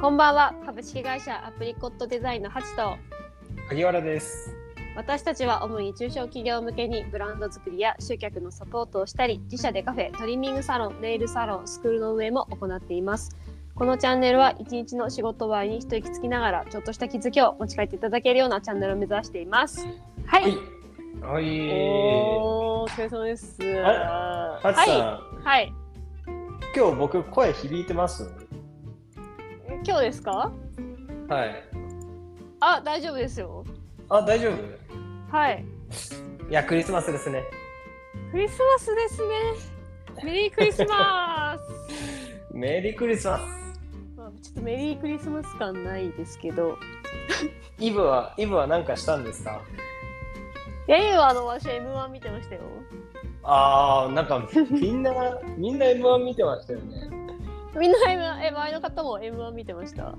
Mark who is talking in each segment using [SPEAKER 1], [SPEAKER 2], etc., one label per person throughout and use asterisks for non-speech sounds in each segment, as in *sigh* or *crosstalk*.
[SPEAKER 1] こんばんは株式会社アプリコットデザインのハチと
[SPEAKER 2] 萩原です。
[SPEAKER 1] 私たちは主に中小企業向けにブランド作りや集客のサポートをしたり自社でカフェトリミングサロンネイルサロンスクールの運営も行っていますこのチャンネルは一日の仕事終わりに一息つきながらちょっとした気づきを持ち帰っていただけるようなチャンネルを目指していますはい、
[SPEAKER 2] はい。はい。
[SPEAKER 1] おおーお疲れ様です
[SPEAKER 2] あ
[SPEAKER 1] は
[SPEAKER 2] ハチさん、
[SPEAKER 1] いはい
[SPEAKER 2] 今日僕声響いてます。
[SPEAKER 1] 今日ですか
[SPEAKER 2] はい。
[SPEAKER 1] あ大丈夫ですよ
[SPEAKER 2] あ、大丈夫。
[SPEAKER 1] はい
[SPEAKER 2] いや、クリスマスですね。
[SPEAKER 1] クリスマスですねメリークリスマス
[SPEAKER 2] メリークリスマス。
[SPEAKER 1] まあちょっとメリークリスマス感ないですけど
[SPEAKER 2] イブは、イブは何かしたんですか。
[SPEAKER 1] いやいやあの私 M1 見てましたよ
[SPEAKER 2] ああ、なんか、みんな、 *laughs* みんな M1 見てましたよね。
[SPEAKER 1] みんな M1 え周りの方も M1 見てました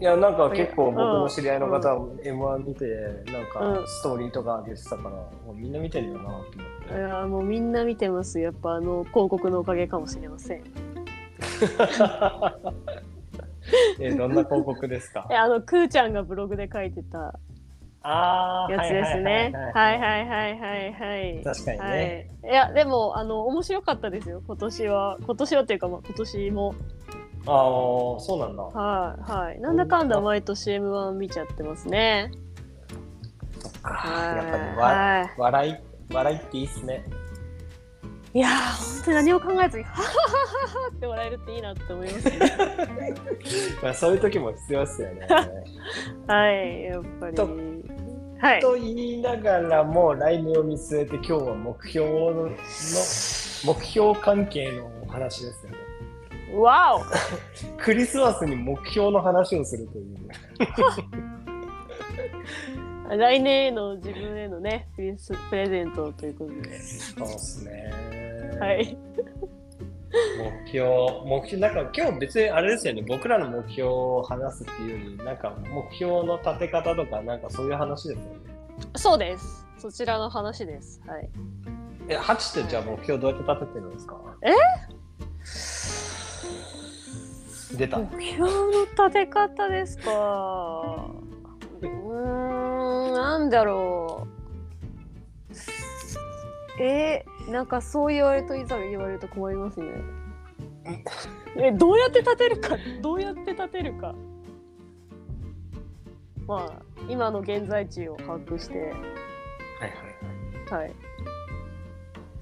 [SPEAKER 2] いや、なんか結構僕の知り合いの方は M1 見て、なん
[SPEAKER 1] うん
[SPEAKER 2] かストーリーとか上げてたから、もうみんな見てるよなと思って。
[SPEAKER 1] いやもうみんな見てますやっぱあの広告のおかげかもしれません
[SPEAKER 2] *laughs* え、どんな広告ですか
[SPEAKER 1] え。あのくーちゃんがブログで書いてた
[SPEAKER 2] ああ、
[SPEAKER 1] やつですね
[SPEAKER 2] は
[SPEAKER 1] はい
[SPEAKER 2] はいは
[SPEAKER 1] いはいはい
[SPEAKER 2] いはい
[SPEAKER 1] はいはい
[SPEAKER 2] 確かにね、
[SPEAKER 1] はい、いやでもあの面白かったですよ今年は今年はっていうか、まあ、今年も
[SPEAKER 2] ああそうなんだ
[SPEAKER 1] はいはいなんだかんだ毎年 m 1見ちゃってますね
[SPEAKER 2] そっか
[SPEAKER 1] はい
[SPEAKER 2] やっぱりわ、
[SPEAKER 1] は
[SPEAKER 2] 笑い笑いっていいっすね
[SPEAKER 1] いいやー本当に何も考えずに「ははははは」って笑えるっていいなって思いますね
[SPEAKER 2] まあそういう時も必要っすよね
[SPEAKER 1] はいやっぱり
[SPEAKER 2] と
[SPEAKER 1] はい
[SPEAKER 2] と言いながらも来年を見据えて今日は目標のの目標関係のお話ですよね
[SPEAKER 1] わお
[SPEAKER 2] クリスマスに目標の話をするという
[SPEAKER 1] *laughs* 来年への自分へのねプレスプレゼントということで、
[SPEAKER 2] そうですね
[SPEAKER 1] はい、
[SPEAKER 2] 目標目標なんか今日別にあれですよね僕らの目標を話すっていうよりなんか目標の立て方とかなんかそういう話ですよね
[SPEAKER 1] そうですそちらの話ですはい
[SPEAKER 2] え、ハチってじゃあ目標どうやって立ててるんですか出た。
[SPEAKER 1] 目標の立て方ですかうーんなんだろうえーなんかそう言われるといざ言われると困りますねえどうやって立てるかどうやって立てるかまあ今の現在地を把握してはい。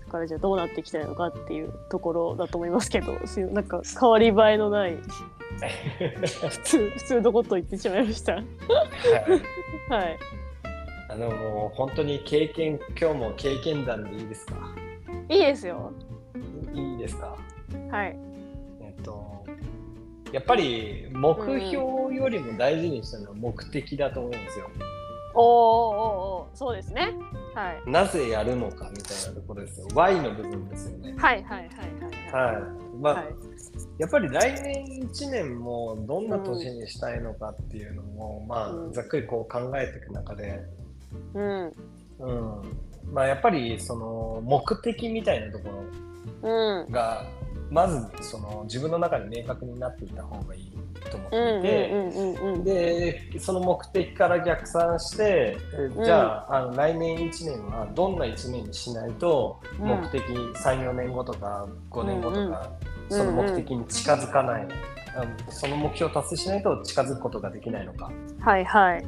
[SPEAKER 1] だからじゃあどうなっていきたいのかっていうところだと思いますけど、すいなんか変わり映えのない、普通、普通のことを言ってしまいました。
[SPEAKER 2] はい。
[SPEAKER 1] はい。
[SPEAKER 2] あのもう本当に経験今日も経験談でいいですか。
[SPEAKER 1] いいですよ。
[SPEAKER 2] いいですか。
[SPEAKER 1] はい。
[SPEAKER 2] えっとやっぱり目標よりも大事にしたのは目的だと思うんですよ。
[SPEAKER 1] おーおーおーおーそうですね。はい。
[SPEAKER 2] なぜやるのかみたいなところですよ。Y の部分ですよね。
[SPEAKER 1] はいはいはいはい。
[SPEAKER 2] はい。まあ、
[SPEAKER 1] はい。
[SPEAKER 2] やっぱり来年1年もどんな年にしたいのかっていうのも、ま
[SPEAKER 1] う
[SPEAKER 2] あ
[SPEAKER 1] ん
[SPEAKER 2] ざっくりこう考えていく中で、
[SPEAKER 1] うん。
[SPEAKER 2] うんまあ、やっぱりその目的みたいなところ
[SPEAKER 1] うん。
[SPEAKER 2] がまずその自分の中で明確になっていた方がいいと思っ
[SPEAKER 1] うん
[SPEAKER 2] ていて。
[SPEAKER 1] うんうんうんうん。
[SPEAKER 2] でその目的から逆算してえじゃあ,、あの来年1年はどんな1年にしないと
[SPEAKER 1] うん
[SPEAKER 2] 目的34年後とか5年後とか、
[SPEAKER 1] うん
[SPEAKER 2] その目的に近づかない、あのその目標を達成しないと近づくことができないのか。
[SPEAKER 1] はいはい。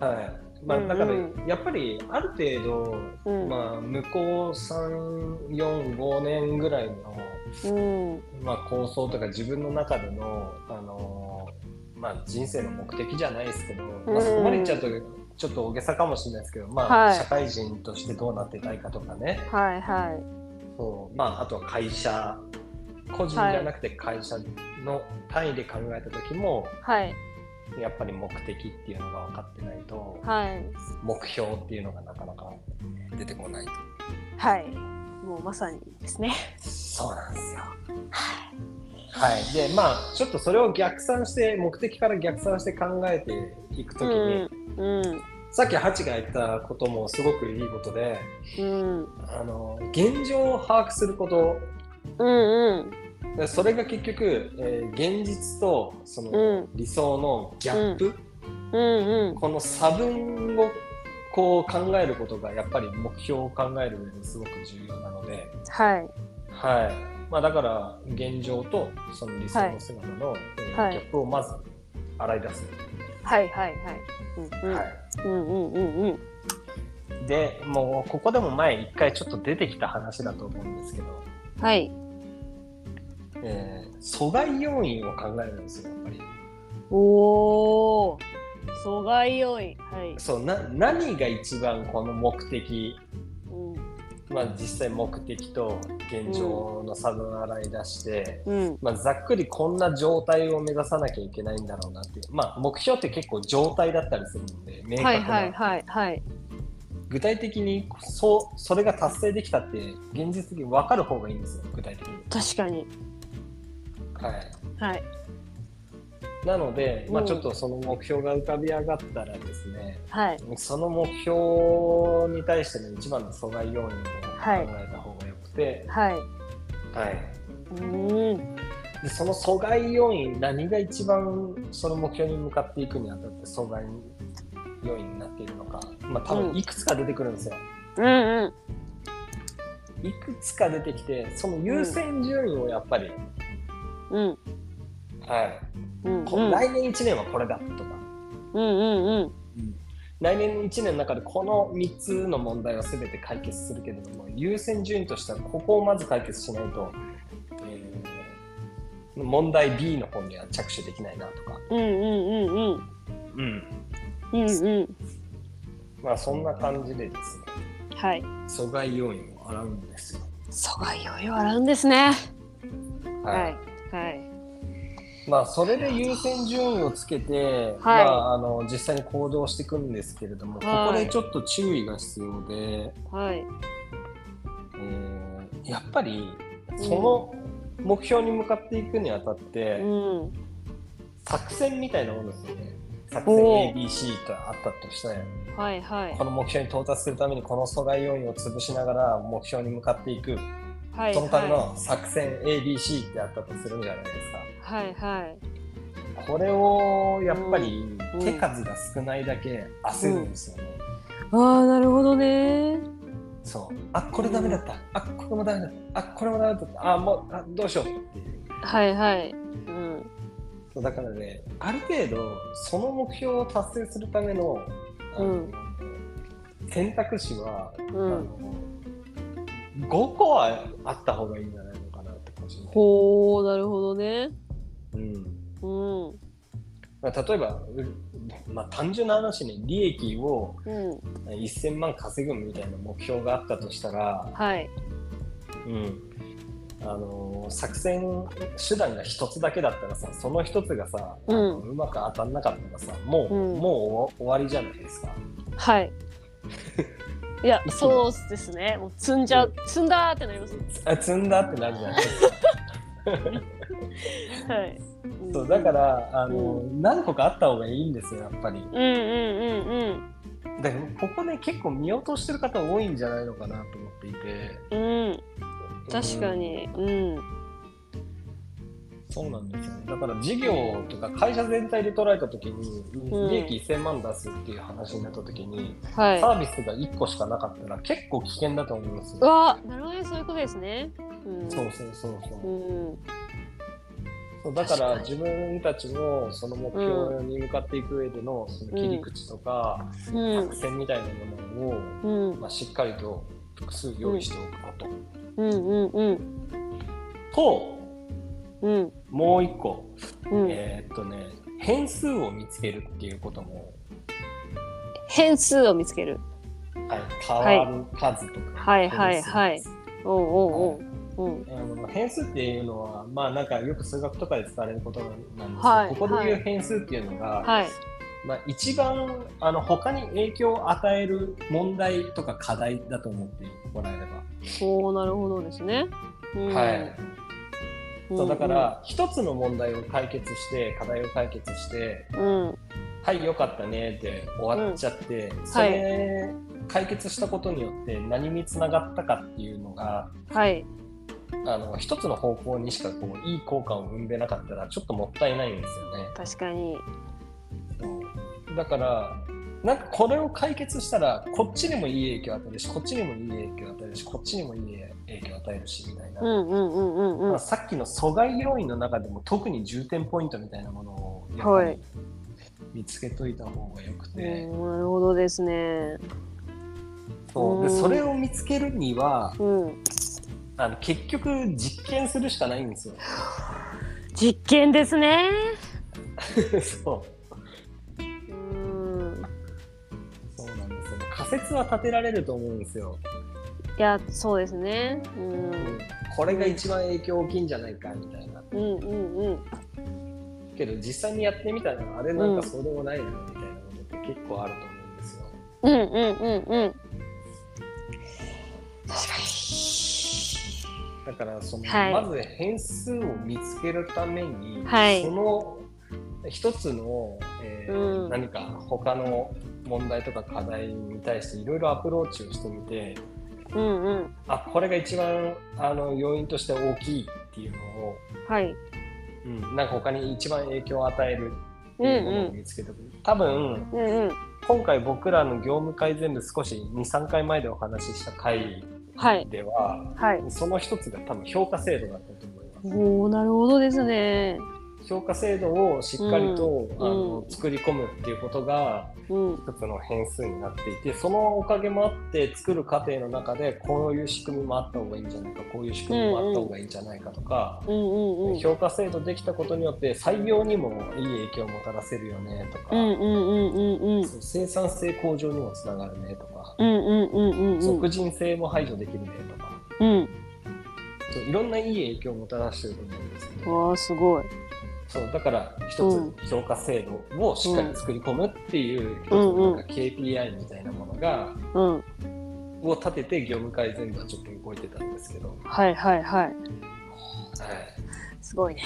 [SPEAKER 2] はいまあ、
[SPEAKER 1] うんうん
[SPEAKER 2] だからやっぱりある程度、
[SPEAKER 1] うん。
[SPEAKER 2] まあ、向こう345年ぐらいの、
[SPEAKER 1] うん。
[SPEAKER 2] まあ、構想とか自分の中での、あのーまあ、人生の目的じゃないですけど、まあ、そこまでいっちゃうとちょっと大げさかもしれないですけど、まあ
[SPEAKER 1] はい
[SPEAKER 2] 社会人としてどうなっていたいかとかね
[SPEAKER 1] はいはい。
[SPEAKER 2] そう、まあ、あとは会社個人じゃなくて会社の単位で考えた時も、
[SPEAKER 1] はい
[SPEAKER 2] やっぱり目的っていうのが分かってないと
[SPEAKER 1] はい。
[SPEAKER 2] 目標っていうのがなかなか出てこないと
[SPEAKER 1] はい。もうまさにですね。
[SPEAKER 2] そうなんですよ。はい、でまあちょっとそれを逆算して目的から逆算して考えていくときに、
[SPEAKER 1] うん。うん。
[SPEAKER 2] さっきハチが言ったこともすごくいいことで
[SPEAKER 1] うん。
[SPEAKER 2] あの現状を把握すること
[SPEAKER 1] うんうん。
[SPEAKER 2] でそれが結局、えー現実とその
[SPEAKER 1] うん
[SPEAKER 2] 理想のギャップ、
[SPEAKER 1] うんうん
[SPEAKER 2] この差分をこう考えることがやっぱり目標を考える上ですごく重要なので、
[SPEAKER 1] はい
[SPEAKER 2] はいまあ、だから現状とその理想の姿の、えー
[SPEAKER 1] はい
[SPEAKER 2] ギャップをまず洗い出す。
[SPEAKER 1] はいはいはいうん
[SPEAKER 2] はい
[SPEAKER 1] うんうんうんうんうん
[SPEAKER 2] でもうここでも前一回ちょっと出てきた話だと思うんですけど、
[SPEAKER 1] はい
[SPEAKER 2] えー阻害要因を考えるんですよやっぱり
[SPEAKER 1] おお阻害要因はい
[SPEAKER 2] そうな何が一番この目的、
[SPEAKER 1] うん
[SPEAKER 2] まあ、実際目的と現状の差分を洗い出して、
[SPEAKER 1] うん
[SPEAKER 2] まあ、ざっくりこんな状態を目指さなきゃいけないんだろうなっていう、まあ、目標って結構状態だったりするので明確な、
[SPEAKER 1] はいはいはいはい
[SPEAKER 2] 具体的にそうそれが達成できたって現実的に分かる方がいいんですよ具体的に。
[SPEAKER 1] 確かに
[SPEAKER 2] はい
[SPEAKER 1] はい
[SPEAKER 2] なので、まあ、
[SPEAKER 1] うん
[SPEAKER 2] ちょっとその目標が浮かび上がったらですね、
[SPEAKER 1] はい
[SPEAKER 2] その目標に対しての一番の阻害要因を考
[SPEAKER 1] はい
[SPEAKER 2] えた方がよくて、
[SPEAKER 1] はい
[SPEAKER 2] はい
[SPEAKER 1] うん
[SPEAKER 2] でその阻害要因、何が一番その目標に向かっていくにあたって阻害要因になっているのか、まあ、多
[SPEAKER 1] う
[SPEAKER 2] 分
[SPEAKER 1] ん
[SPEAKER 2] いくつか出てくるんですよ。
[SPEAKER 1] うんうん
[SPEAKER 2] いくつか出てきて、その優先順位をやっぱり、
[SPEAKER 1] うん
[SPEAKER 2] はい、
[SPEAKER 1] うん
[SPEAKER 2] こ来年1年はこれだとか、
[SPEAKER 1] うんうんうん
[SPEAKER 2] 来年の1年の中でこの3つの問題は全て解決するけれども優先順位としてはここをまず解決しないと、えー問題 B の方には着手できないなとか、
[SPEAKER 1] うんうんうんうんうんうん
[SPEAKER 2] まあそんな感じでですね
[SPEAKER 1] はい
[SPEAKER 2] 阻害要因を洗うんですよ。
[SPEAKER 1] 阻害要因を洗うんですね
[SPEAKER 2] はい
[SPEAKER 1] はいはい
[SPEAKER 2] まあ、それで優先順位をつけて、まあ、あの実際に行動していくんですけれど
[SPEAKER 1] は
[SPEAKER 2] も、
[SPEAKER 1] い
[SPEAKER 2] ここでちょっと注意が必要で、
[SPEAKER 1] はい
[SPEAKER 2] えーやっぱりその目標に向かっていくにあたって、
[SPEAKER 1] うん
[SPEAKER 2] 作戦みたいなものですよね。作
[SPEAKER 1] おー
[SPEAKER 2] 戦 ABC とあったとして、
[SPEAKER 1] はいはい
[SPEAKER 2] この目標に到達するためにこの阻害要因を潰しながら目標に向かっていく、
[SPEAKER 1] はい
[SPEAKER 2] そのため
[SPEAKER 1] は
[SPEAKER 2] の作戦 ABC ってあったとするじゃないです
[SPEAKER 1] いはい
[SPEAKER 2] か。これをやっぱり
[SPEAKER 1] うん
[SPEAKER 2] 手数が少ないだけ焦るんですよね。
[SPEAKER 1] ああなるほどね
[SPEAKER 2] そう。あ、これダメだった。あ、これもダメだった。あ、これもダメだった。あ、もう、あどうしようっていう。
[SPEAKER 1] はいはいうん
[SPEAKER 2] そうだからね、ある程度、その目標を達成するための、あの
[SPEAKER 1] うん
[SPEAKER 2] 選択肢は、
[SPEAKER 1] うん
[SPEAKER 2] あの5個はあった方がいいんじゃないのかなって個人的に、
[SPEAKER 1] ほうなるほどね
[SPEAKER 2] うん
[SPEAKER 1] うん
[SPEAKER 2] まあ、例えば、うまあ、単純な話ね、利益を
[SPEAKER 1] うん
[SPEAKER 2] 1000万稼ぐみたいな目標があったとしたら、
[SPEAKER 1] はい
[SPEAKER 2] うんあの作戦手段が一つだけだったらさその一つがさ、あの
[SPEAKER 1] う
[SPEAKER 2] うまく当たんなかったらさもう,、
[SPEAKER 1] うん
[SPEAKER 2] もう終わりじゃないですか。
[SPEAKER 1] はいい
[SPEAKER 2] *laughs*
[SPEAKER 1] やそうですねもう積んじゃう積んだーってなりますね
[SPEAKER 2] あ積んだってなるじゃないですか。
[SPEAKER 1] はい
[SPEAKER 2] そうだからあの、何個かあった方がいいんですよやっぱり。
[SPEAKER 1] うんうんうんうん
[SPEAKER 2] でここね結構見落としてる方多いんじゃないのかなと思っていて。
[SPEAKER 1] うんうん確かにうん
[SPEAKER 2] そうなんですよね。だから事業とか会社全体で捉えた時に、
[SPEAKER 1] うん
[SPEAKER 2] 利益1000万出すっていう話になった時に、
[SPEAKER 1] はい
[SPEAKER 2] サービスが1個しかなかったら結構危険だと思います
[SPEAKER 1] う
[SPEAKER 2] よ。
[SPEAKER 1] わなるほどねそういうことですねうん
[SPEAKER 2] そうそうそうそううんそう。だか
[SPEAKER 1] 確
[SPEAKER 2] ら
[SPEAKER 1] かに
[SPEAKER 2] 自分たちのその目標に向かっていく上でのその切り口とか
[SPEAKER 1] うん
[SPEAKER 2] 作戦みたいなものを、
[SPEAKER 1] うん
[SPEAKER 2] まあ、しっかりと複数用意しておくこと。
[SPEAKER 1] うんうんうん
[SPEAKER 2] と、
[SPEAKER 1] うん
[SPEAKER 2] もう一個、
[SPEAKER 1] うん
[SPEAKER 2] えーっとね、変数を見つけるっていうことも、
[SPEAKER 1] 変数を見つける
[SPEAKER 2] はい、変わる数とか。
[SPEAKER 1] はいはいはい
[SPEAKER 2] 変数です
[SPEAKER 1] おうおうおううん
[SPEAKER 2] あの変数っていうのは、まあなんかよく数学とかで使われることなんですけど、
[SPEAKER 1] はい
[SPEAKER 2] ここで言う変数っていうのが、
[SPEAKER 1] はい
[SPEAKER 2] まあ、一番あの他に影響を与える問題とか課題だと思ってもらえれば、
[SPEAKER 1] おおなるほどですねうん
[SPEAKER 2] はい、
[SPEAKER 1] うん
[SPEAKER 2] そうだから一つの問題を解決して課題を解決して
[SPEAKER 1] うん
[SPEAKER 2] はいよかったねって終わっちゃって、そ
[SPEAKER 1] はい
[SPEAKER 2] れ解決したことによって何につながったかっていうのが
[SPEAKER 1] はい
[SPEAKER 2] あの一つの方向にしかこういい効果を生んでなかったらちょっともったいないんですよね。
[SPEAKER 1] 確かに
[SPEAKER 2] そうだからなんかこれを解決したらこっちにもいい影響を与えるしこっちにもいい影響を与えるしこっちにもいい影響を与えるしみたいな、
[SPEAKER 1] うんうんうんうんうん
[SPEAKER 2] まあ、さっきの阻害要因の中でも特に重点ポイントみたいなものをやっぱり
[SPEAKER 1] はい
[SPEAKER 2] 見つけといた方がよくて、
[SPEAKER 1] うんなるほどですね
[SPEAKER 2] そうで
[SPEAKER 1] うん
[SPEAKER 2] それを見つけるには
[SPEAKER 1] うん
[SPEAKER 2] あの結局実験するしかないんですよ。 *laughs*
[SPEAKER 1] 実験ですね
[SPEAKER 2] そう
[SPEAKER 1] うん
[SPEAKER 2] そうなんですよね仮説は立てられると思うんですよ。
[SPEAKER 1] いやそうですねうん
[SPEAKER 2] これが一番影響大きいんじゃないかみたいな。
[SPEAKER 1] うんうんうん
[SPEAKER 2] けど実際にやってみたらあれなんかそうでもないなみたいなことって結構あると思うんですよ。
[SPEAKER 1] うんうんうんうん確か
[SPEAKER 2] だからその、
[SPEAKER 1] はい
[SPEAKER 2] まず変数を見つけるために、
[SPEAKER 1] はい
[SPEAKER 2] その一つの、えー
[SPEAKER 1] うん
[SPEAKER 2] 何か他の問題とか課題に対していろいろアプローチをしてみて
[SPEAKER 1] にうんうん
[SPEAKER 2] あこれが一番あの要因として大きいっていうのを、
[SPEAKER 1] はい
[SPEAKER 2] うん、なんか他に一番影響を与えるっ
[SPEAKER 1] う
[SPEAKER 2] て
[SPEAKER 1] ん
[SPEAKER 2] いうものを
[SPEAKER 1] う
[SPEAKER 2] 見つけておく、多分
[SPEAKER 1] んうんうん
[SPEAKER 2] 今回僕らの業務改善部少し23回前でお話しした回
[SPEAKER 1] はい
[SPEAKER 2] では、
[SPEAKER 1] はい
[SPEAKER 2] その一つが多分評価制度だったと思います。
[SPEAKER 1] おおなるほどですね
[SPEAKER 2] 評価制度をしっかりと、
[SPEAKER 1] うん
[SPEAKER 2] あ
[SPEAKER 1] う
[SPEAKER 2] の
[SPEAKER 1] ん
[SPEAKER 2] 作り込むっていうことが
[SPEAKER 1] うん
[SPEAKER 2] 一つの変数になっていてそのおかげもあって作る過程の中でこういう仕組みもあった方がいいんじゃないかこういう仕組みもあった方がいいんじゃないかとか、
[SPEAKER 1] うんうんうん
[SPEAKER 2] 評価制度できたことによって採用にもいい影響をもたらせるよねとか、
[SPEAKER 1] うんうんうんうんうん
[SPEAKER 2] そう生産性向上にもつながるねとか、
[SPEAKER 1] うんうんうんうんうん
[SPEAKER 2] 俗人性も排除できるねとか
[SPEAKER 1] うん
[SPEAKER 2] そういろんないい影響をもたらしてると思うんですけど。
[SPEAKER 1] わあすごい
[SPEAKER 2] そうだから一
[SPEAKER 1] うん
[SPEAKER 2] つ評価制度をしっかり作り込むっていう一つ
[SPEAKER 1] うんう
[SPEAKER 2] の
[SPEAKER 1] ん
[SPEAKER 2] なんか KPI みたいなものが
[SPEAKER 1] うん
[SPEAKER 2] を立てて業務改善部はちょっと動いてたんですけど、は
[SPEAKER 1] はいはいはい
[SPEAKER 2] い、
[SPEAKER 1] すごいね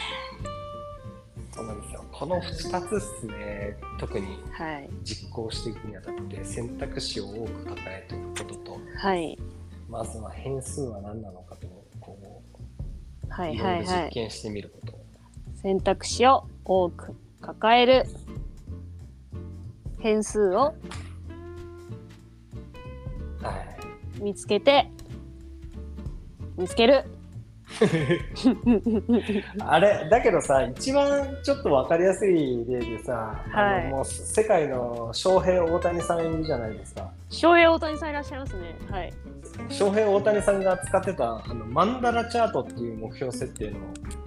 [SPEAKER 2] そうなんですよこの2つですね特に
[SPEAKER 1] はい
[SPEAKER 2] 実行していくにあたって選択肢を多く抱えていくことと
[SPEAKER 1] はい
[SPEAKER 2] まずは変数は何なのかとこ
[SPEAKER 1] は
[SPEAKER 2] う
[SPEAKER 1] い
[SPEAKER 2] いろ
[SPEAKER 1] はい
[SPEAKER 2] ろ
[SPEAKER 1] いは
[SPEAKER 2] 実
[SPEAKER 1] い
[SPEAKER 2] 験してみること、
[SPEAKER 1] 選択肢を多く抱える変数を
[SPEAKER 2] はい
[SPEAKER 1] 見つけて見つける
[SPEAKER 2] あれだけどさ一番ちょっと分かりやすい例でさ、
[SPEAKER 1] はい
[SPEAKER 2] あのもう世界の翔平大谷さんいるじゃないですか
[SPEAKER 1] 翔平大谷さんいらっしゃいますねはい
[SPEAKER 2] 翔平大谷さんが使ってたあのマンダラチャートっていう目標設定の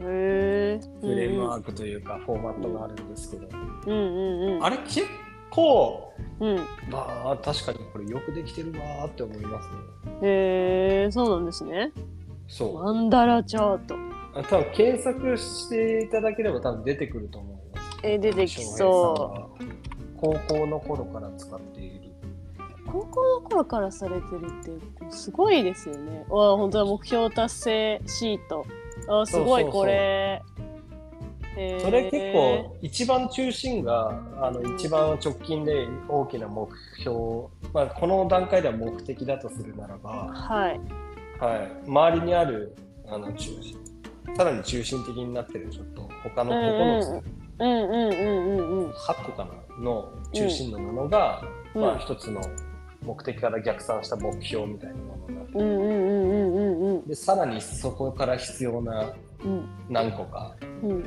[SPEAKER 1] へえ
[SPEAKER 2] フレームワークというか、フォーマットがあるんですけど、
[SPEAKER 1] うんうんうん
[SPEAKER 2] あれ結構
[SPEAKER 1] うん
[SPEAKER 2] まあ確かにこれよくできてるわーって思いますね
[SPEAKER 1] へえそうなんですね
[SPEAKER 2] そう
[SPEAKER 1] マンダラチャート
[SPEAKER 2] あ多分検索していただければ多分出てくると思います
[SPEAKER 1] え出てきそう
[SPEAKER 2] う高校の頃から使っている
[SPEAKER 1] 高校の頃からされてるってすごいですよね。わあ本当だ目標達成シート。あーすごい
[SPEAKER 2] そうそうそう
[SPEAKER 1] これ。えー
[SPEAKER 2] それ結構一番中心があの一番直近で大きな目標、まあ、この段階では目的だとするならば、
[SPEAKER 1] はい
[SPEAKER 2] はい、周りにあるあの中心さらに中心的になってるちょっと他の9つ、
[SPEAKER 1] うんうんうんうんうん
[SPEAKER 2] 8個かなの中心のものが、
[SPEAKER 1] うん
[SPEAKER 2] まあ、一つの目的から逆算した目標みたいなものになって
[SPEAKER 1] うんうんうんうんうん
[SPEAKER 2] でさらにそこから必要な
[SPEAKER 1] うん
[SPEAKER 2] 何個か
[SPEAKER 1] うん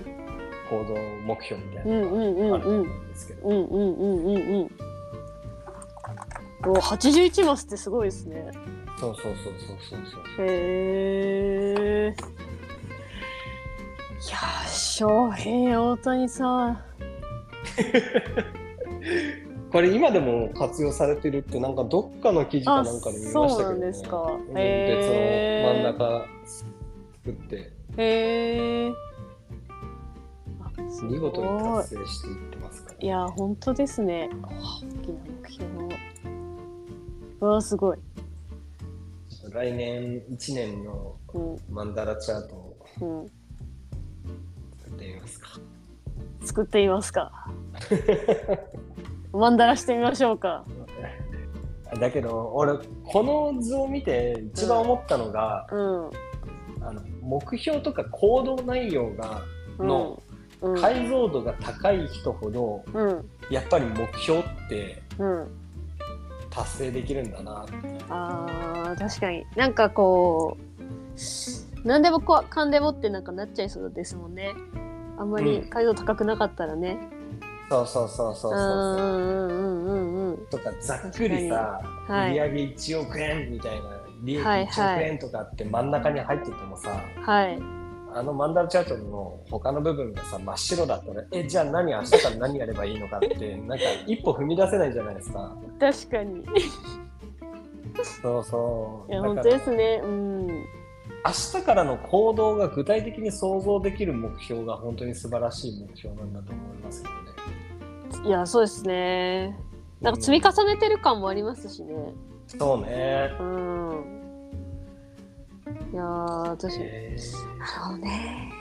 [SPEAKER 2] 行動目標みたい
[SPEAKER 1] うんうんうんう
[SPEAKER 2] なのがあると思
[SPEAKER 1] ん
[SPEAKER 2] うんですけど。
[SPEAKER 1] うんうんうんうんうんお81マスってすごいですね。
[SPEAKER 2] そうそうそうそうそうそ
[SPEAKER 1] へ
[SPEAKER 2] う
[SPEAKER 1] え。いやー、翔平大谷さん。
[SPEAKER 2] これ今でも活用されてるってなんかどっかの記事かなんかで見ました
[SPEAKER 1] あ
[SPEAKER 2] け
[SPEAKER 1] そうな
[SPEAKER 2] ど、
[SPEAKER 1] ん
[SPEAKER 2] ね、
[SPEAKER 1] ですか
[SPEAKER 2] うん
[SPEAKER 1] へー
[SPEAKER 2] 別の真ん中作って
[SPEAKER 1] へえ。あす
[SPEAKER 2] 見事に
[SPEAKER 1] ごい
[SPEAKER 2] 達成していってますから
[SPEAKER 1] いや本当ですね。大きな目標。うわすごい。
[SPEAKER 2] 来年1年の
[SPEAKER 1] うん
[SPEAKER 2] マンダラチャートを
[SPEAKER 1] うん。
[SPEAKER 2] 作ってみますか
[SPEAKER 1] 作ってみます
[SPEAKER 2] *laughs*
[SPEAKER 1] か。マンダラしてみましょうか。
[SPEAKER 2] だけど俺この図を見て一番思ったのが、
[SPEAKER 1] うん。
[SPEAKER 2] あの目標とか行動内容がの
[SPEAKER 1] うん、うん、
[SPEAKER 2] 解像度が高い人ほど、
[SPEAKER 1] うん
[SPEAKER 2] やっぱり目標って
[SPEAKER 1] うん
[SPEAKER 2] 達成できるんだなって
[SPEAKER 1] あー確かになんかこう何でもこうかんでもってなんかなっちゃいそうですもんねあんまり
[SPEAKER 2] うん
[SPEAKER 1] 解像度高くなかったらね
[SPEAKER 2] そうそうそうそう
[SPEAKER 1] ん
[SPEAKER 2] うそう
[SPEAKER 1] う
[SPEAKER 2] そうん
[SPEAKER 1] うんうんうん
[SPEAKER 2] とかざっくりさ、
[SPEAKER 1] はい
[SPEAKER 2] 売上1億円みたいな利益
[SPEAKER 1] はいはい
[SPEAKER 2] 1億円とかって真ん中に入っててもさ、
[SPEAKER 1] はい
[SPEAKER 2] あのマンダルチャートの他の部分がさ真っ白だったらえじゃあ何明日から何やればいいのかって
[SPEAKER 1] *laughs*
[SPEAKER 2] なんか一歩踏み出せないじゃないですか
[SPEAKER 1] 確かに
[SPEAKER 2] そうそう
[SPEAKER 1] いや
[SPEAKER 2] だ
[SPEAKER 1] 本
[SPEAKER 2] か
[SPEAKER 1] 当
[SPEAKER 2] ら
[SPEAKER 1] ですねうん
[SPEAKER 2] 明日からの行動が具体的に想像できる目標が本当に素晴らしい目標なんだと思いますけどね
[SPEAKER 1] いやそうですねなんか積み重ねてる感もありますしね
[SPEAKER 2] そうね
[SPEAKER 1] うんいやー確かに
[SPEAKER 2] えー
[SPEAKER 1] なるほどね。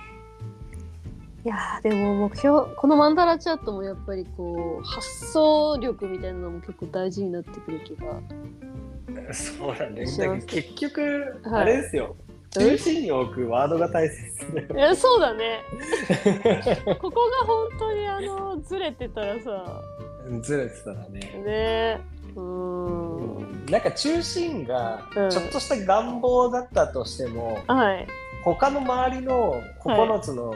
[SPEAKER 1] いやーでも目標このマンダラチャートもやっぱりこう発想力みたいなのも結構大事になってくる気が
[SPEAKER 2] そうなんだね
[SPEAKER 1] し
[SPEAKER 2] だ
[SPEAKER 1] ま
[SPEAKER 2] け
[SPEAKER 1] す
[SPEAKER 2] ど結局、
[SPEAKER 1] はい
[SPEAKER 2] あれですよ中心に置くワードが大切で
[SPEAKER 1] えそうだ
[SPEAKER 2] *laughs*
[SPEAKER 1] ねここが本当にあのずれてたらさ
[SPEAKER 2] ずれてたらね、
[SPEAKER 1] ねうーん
[SPEAKER 2] なんか中心が
[SPEAKER 1] うん
[SPEAKER 2] ちょっとした願望だったとしても、
[SPEAKER 1] はい
[SPEAKER 2] 他の周りの9つの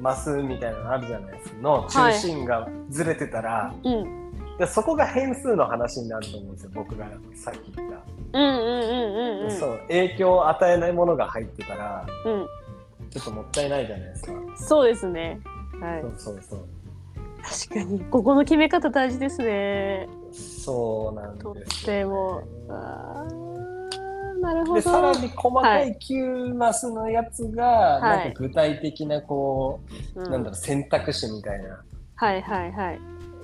[SPEAKER 2] マスみたいなのあるじゃないですか、の中心がずれてたら、
[SPEAKER 1] うん
[SPEAKER 2] でそこが変数の話になると思うんですよ僕がさっき言った、
[SPEAKER 1] うんうんうんうんうん
[SPEAKER 2] そう影響を与えないものが入ってたら
[SPEAKER 1] うん
[SPEAKER 2] ちょっともったいないじゃないですか、
[SPEAKER 1] そうですねはい
[SPEAKER 2] そうそうそう
[SPEAKER 1] 確かにここの決め方大事ですね
[SPEAKER 2] そうなんです
[SPEAKER 1] と
[SPEAKER 2] よ
[SPEAKER 1] っ
[SPEAKER 2] ね、
[SPEAKER 1] てもあーなるほど
[SPEAKER 2] でさらに細かい9マスのやつが、
[SPEAKER 1] はい
[SPEAKER 2] なんか具体的なこ
[SPEAKER 1] う
[SPEAKER 2] う、
[SPEAKER 1] ん
[SPEAKER 2] なんだろう選択肢みたいな、
[SPEAKER 1] はいはいはい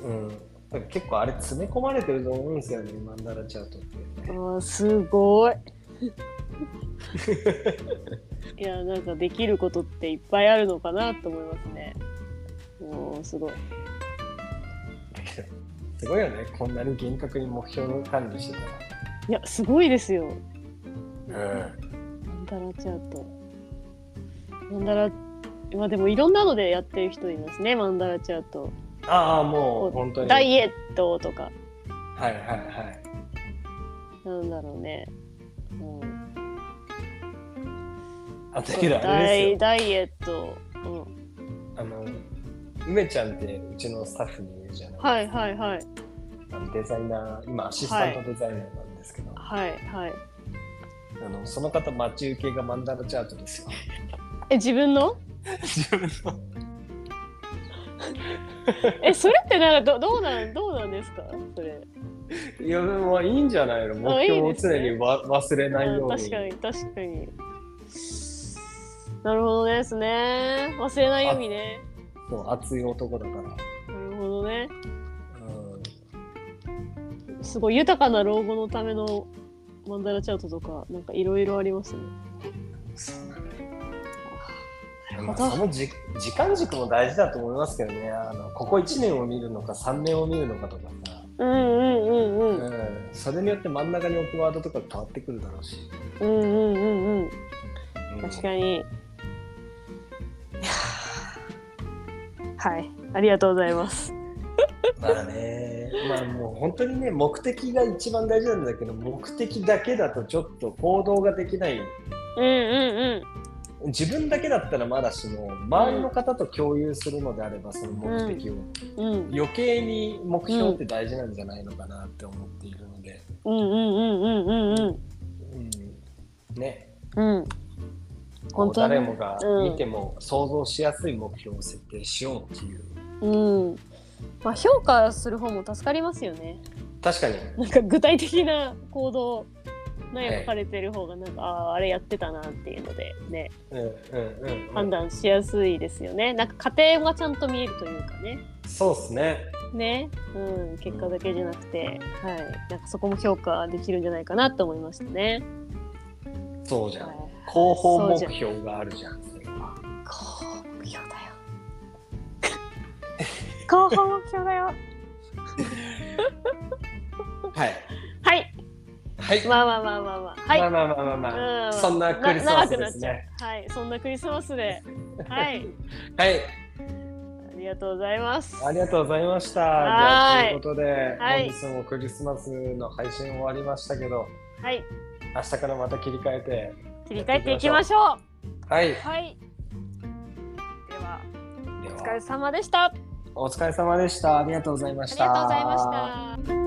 [SPEAKER 2] うん、だから結構あれ詰め込まれてると思うんですよねマンダラチャートって。
[SPEAKER 1] あーす
[SPEAKER 2] *laughs*
[SPEAKER 1] ごいいやなんかできることっていっぱいあるのかなと思いますねおーすごい
[SPEAKER 2] すごいよね、こんなに厳格に目標の管理して
[SPEAKER 1] いやすごいですよ
[SPEAKER 2] たら。
[SPEAKER 1] マンダラチャートマンダラまあでもいろんなのでやってる人いますねマンダラチャート
[SPEAKER 2] ああ、もう本当に。
[SPEAKER 1] ダ
[SPEAKER 2] はい
[SPEAKER 1] イエットとか
[SPEAKER 2] はいはい。
[SPEAKER 1] なんだろうね、
[SPEAKER 2] *laughs*
[SPEAKER 1] うん、
[SPEAKER 2] あ、だけどあ
[SPEAKER 1] ダ
[SPEAKER 2] れ
[SPEAKER 1] イ
[SPEAKER 2] ですよ。
[SPEAKER 1] ダイエット、うん、
[SPEAKER 2] あの、梅ちゃんってうちのスタッフにいるじゃない、
[SPEAKER 1] はいはいはい
[SPEAKER 2] あのデザイナー、今アシスタントデザイナーなんですけど、
[SPEAKER 1] はいはい
[SPEAKER 2] あのその方待ち受けがマンダラチャートですよ。
[SPEAKER 1] え自分の *laughs* えそれってなんかどどうなんどうなんですかそれ
[SPEAKER 2] いや、でもいいんじゃないの目標を常にわ忘れないよう
[SPEAKER 1] あ
[SPEAKER 2] に。
[SPEAKER 1] 確かに確かになるほどですね忘れないようにね
[SPEAKER 2] そう熱い男だから。
[SPEAKER 1] なるほどね
[SPEAKER 2] うん
[SPEAKER 1] すごい豊かな老後のためのマンダラチャートとかなんかいろいろありますね
[SPEAKER 2] そうなんだ
[SPEAKER 1] る
[SPEAKER 2] ま
[SPEAKER 1] ほ
[SPEAKER 2] あ
[SPEAKER 1] ど
[SPEAKER 2] そのじ時間軸も大事だと思いますけどねあのここ1年を見るのか3年を見るのかとかさ、
[SPEAKER 1] うんうんうんうん
[SPEAKER 2] うん、それによって真ん中に置くワードとか変わってくるだろうし、
[SPEAKER 1] うんうんうんうん
[SPEAKER 2] うん
[SPEAKER 1] 確かにいやーはいありがとうございます
[SPEAKER 2] まあねまあもう本当にね目的が一番大事なんだけど目的だけだとちょっと行動ができない
[SPEAKER 1] うんうん
[SPEAKER 2] 自分だけだったらまだしも周りの方と共有するのであればその目的を、
[SPEAKER 1] うんうん
[SPEAKER 2] 余計に目標って大事なんじゃないのかなって思っているので、
[SPEAKER 1] うんうんうんうんうん
[SPEAKER 2] うん、ね
[SPEAKER 1] うんうん
[SPEAKER 2] こ
[SPEAKER 1] 本
[SPEAKER 2] う
[SPEAKER 1] 当に
[SPEAKER 2] 誰もが見ても想像しやすい目標を設定しようっていう、
[SPEAKER 1] うん。まあ、評価する方も助かりますよね。
[SPEAKER 2] 確かに
[SPEAKER 1] なんか具体的な行動内容書かれてる方がなんか、ああーあれやってたなっていうのでね
[SPEAKER 2] うんうんうんうん
[SPEAKER 1] 判断しやすいですよね。なんか過程がちゃんと見えるというかね。
[SPEAKER 2] そうですね
[SPEAKER 1] ね、うん、結果だけじゃなくて、はい、なんかそこも評価できるんじゃないかなと思いましたね。
[SPEAKER 2] そうじゃん
[SPEAKER 1] はい
[SPEAKER 2] 広報
[SPEAKER 1] そう
[SPEAKER 2] 目
[SPEAKER 1] じゃん
[SPEAKER 2] 標があるじゃんそれは
[SPEAKER 1] こう目標だよ。広報目標だよ。
[SPEAKER 2] はい
[SPEAKER 1] はい。
[SPEAKER 2] はい。
[SPEAKER 1] まあまあまあまあまあ。はい。
[SPEAKER 2] まあまあまあまあまあ。
[SPEAKER 1] うん
[SPEAKER 2] そんなクリスマスで
[SPEAKER 1] な長
[SPEAKER 2] すね。
[SPEAKER 1] くなっちゃうはい、そんなクリスマスで。はい、
[SPEAKER 2] *laughs* はい。
[SPEAKER 1] ありがとうございます。
[SPEAKER 2] ありがとうございました。
[SPEAKER 1] は
[SPEAKER 2] じゃあ
[SPEAKER 1] い
[SPEAKER 2] ということで、
[SPEAKER 1] はい
[SPEAKER 2] 本日もクリスマスの配信終わりましたけど、
[SPEAKER 1] はい、
[SPEAKER 2] 明日からまた切り替えて、
[SPEAKER 1] 切り替えていきましょ
[SPEAKER 2] はい。
[SPEAKER 1] う。はい。では、
[SPEAKER 2] お
[SPEAKER 1] お疲れ様でした。あり
[SPEAKER 2] お疲れ様でした。ありがとうございました。
[SPEAKER 1] がとうございました。